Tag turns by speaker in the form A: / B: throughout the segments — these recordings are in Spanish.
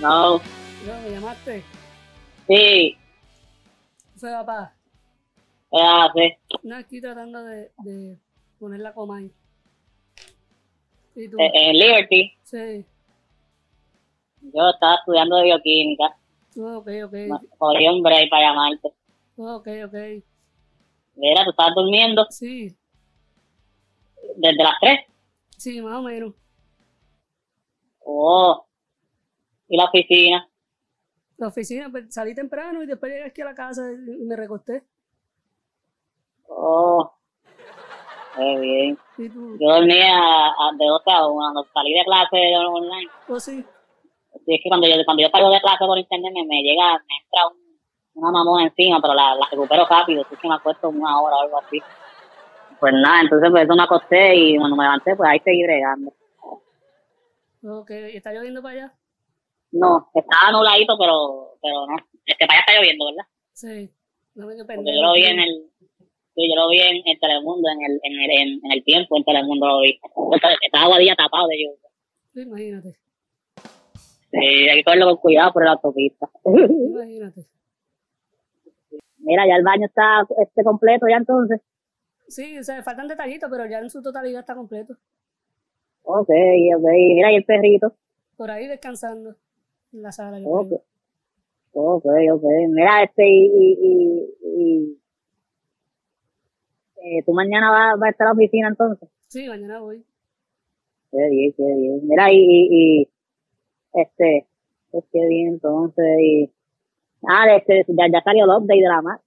A: No.
B: Mira, ¿Me llamaste?
A: Sí.
B: Soy papá.
A: ¿Qué haces?
B: No, estoy tratando de, de poner la coma ahí. ¿Y tú?
A: Eh, En Liberty.
B: Sí.
A: Yo estaba estudiando bioquímica.
B: Oh, ok, ok.
A: Me cogí un break para llamarte.
B: Oh, ok, ok.
A: Mira, tú estabas durmiendo
B: Sí,
A: desde las 3.
B: sí, más o menos.
A: Oh. Y la oficina.
B: La oficina, pues, salí temprano y después llegué aquí a la casa y y me recosté.
A: Oh. Qué bien.
B: ¿Y tú?
A: Yo dormía a- de 12 a 1. Cuando salí de clase de online.
B: Oh, sí.
A: Sí, es que cuando yo, cuando yo salgo de clase por internet me, me llega, me entra un- una mamona encima, pero la, la recupero rápido, así que me acuesto una hora o algo así. Pues nada, entonces pues eso me acosté y cuando me levanté pues ahí seguí bregando.
B: Ok, ¿y está lloviendo para allá?
A: No, estaba nubladito, pero, pero no. Este para allá está lloviendo, ¿verdad?
B: Sí. No me que
A: Porque yo lo vi en el, sí, yo lo vi en, en Telemundo, en el, en el, en, en el tiempo en Telemundo lo vi. Entonces, estaba guadilla tapado de lluvia.
B: Imagínate,
A: Sí, hay que cogerlo con cuidado por la autopista.
B: imagínate.
A: Mira, ya el baño está este completo ya entonces.
B: Sí, o sea, faltan detallitos, pero ya en su totalidad está completo.
A: Ok, ok. Mira, y el perrito.
B: Por ahí descansando en la sala. yo
A: Ok,
B: creo.
A: ok, ok. Mira, este, y, y, y, y, eh, tú mañana vas, vas a estar a la oficina entonces.
B: Sí, mañana voy.
A: Qué bien, qué bien. Mira, y, y, y, este, pues qué bien entonces. Y, ah, este, ya, ya salió el update de la Mac.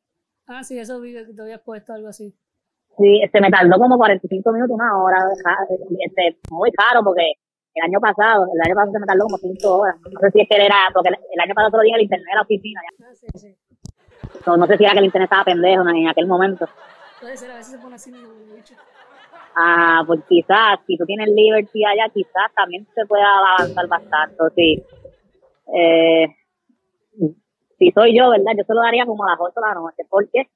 B: Ah, sí, eso vi que te habías puesto algo así.
A: Sí, se me tardó como 45 minutos, una hora. ja- Este, muy caro porque el año pasado, el año pasado se me tardó como 5 horas. No sé si es que era, porque el, el año pasado solo dije el internet de la oficina. ya.
B: Ah, sí, sí.
A: No, no sé si era que el internet estaba pendejo en en aquel momento.
B: Puede ser, a veces se pone así medio bicho.
A: Ah, pues quizás, si tú tienes Liberty allá, quizás también se pueda avanzar bastante. Sí. Eh, si soy yo, ¿verdad? Yo se lo daría como a las 8 de la noche. ¿Por qué?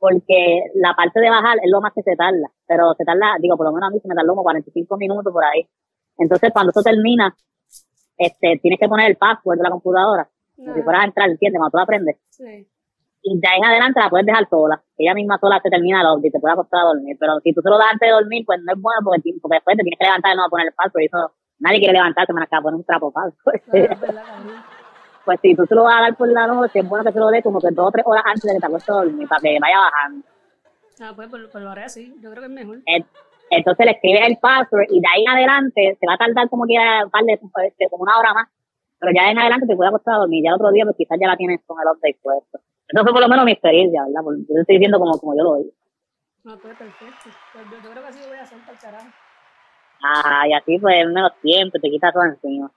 A: Porque la parte de bajar es lo más que se tarda. Pero se tarda, digo, por lo menos a mí se me tardó como 45 minutos por ahí. Entonces, cuando eso termina, este, tienes que poner el password de la computadora. Como si
B: Ajá.
A: fueras a entrar, ¿entiendes? Cuando tú la aprendes.
B: Sí.
A: Y de ahí en adelante la puedes dejar sola. Ella misma sola se termina la y te puede acostar a dormir. Pero si tú se lo das antes de dormir, pues no es bueno porque, ti- porque después te tienes que levantar y no a poner el password. Y eso, nadie quiere levantarse, me acaba de poner un trapo password.
B: Ah, es verdad, cabrón.
A: pues si tú se lo vas a dar por la noche, es bueno que se lo des como que dos o tres horas antes de que te acuestes a dormir para que vaya bajando.
B: Ah, pues, pues, pues lo haré así. Yo creo que es mejor.
A: Eh, Entonces le escribes el password y de ahí en adelante se va a tardar como que un par de, este, como una hora más. Pero ya de ahí en adelante te puede acostar a dormir. Ya el otro día, pues quizás ya la tienes con el update puesto. Eso fue por lo menos mi experiencia, ¿verdad? Por- Yo estoy diciendo como, como yo lo digo.
B: No, pues perfecto. Pues yo, yo creo que así lo voy a hacer para el carajo.
A: Ajá, y así pues menos tiempo, te quitas todo encima.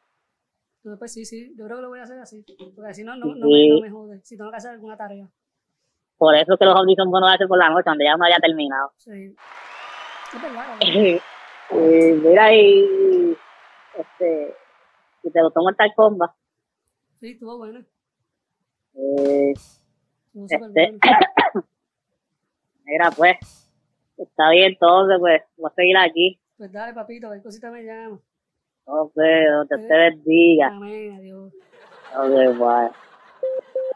B: No, pues sí, sí. Yo creo que lo voy a hacer así. Porque así no, no, no, me, no me jode. Si tengo que hacer alguna tarea.
A: Por eso es que los hobbies son buenos de hacer por la noche, donde ya uno haya terminado.
B: Sí. Es verdad, cabrón.
A: Eh, mira, y este, si te gustó Mortal Kombat,
B: Sí, estuvo bueno.
A: eh,
B: Estuvo súper
A: Este-
B: bueno.
A: mira pues, está bien entonces, pues, voy a seguir aquí.
B: Pues dale, papito, cualquier cosita me llama.
A: Ok, Dios te bendiga.
B: Amén, adiós.
A: Ok, bye.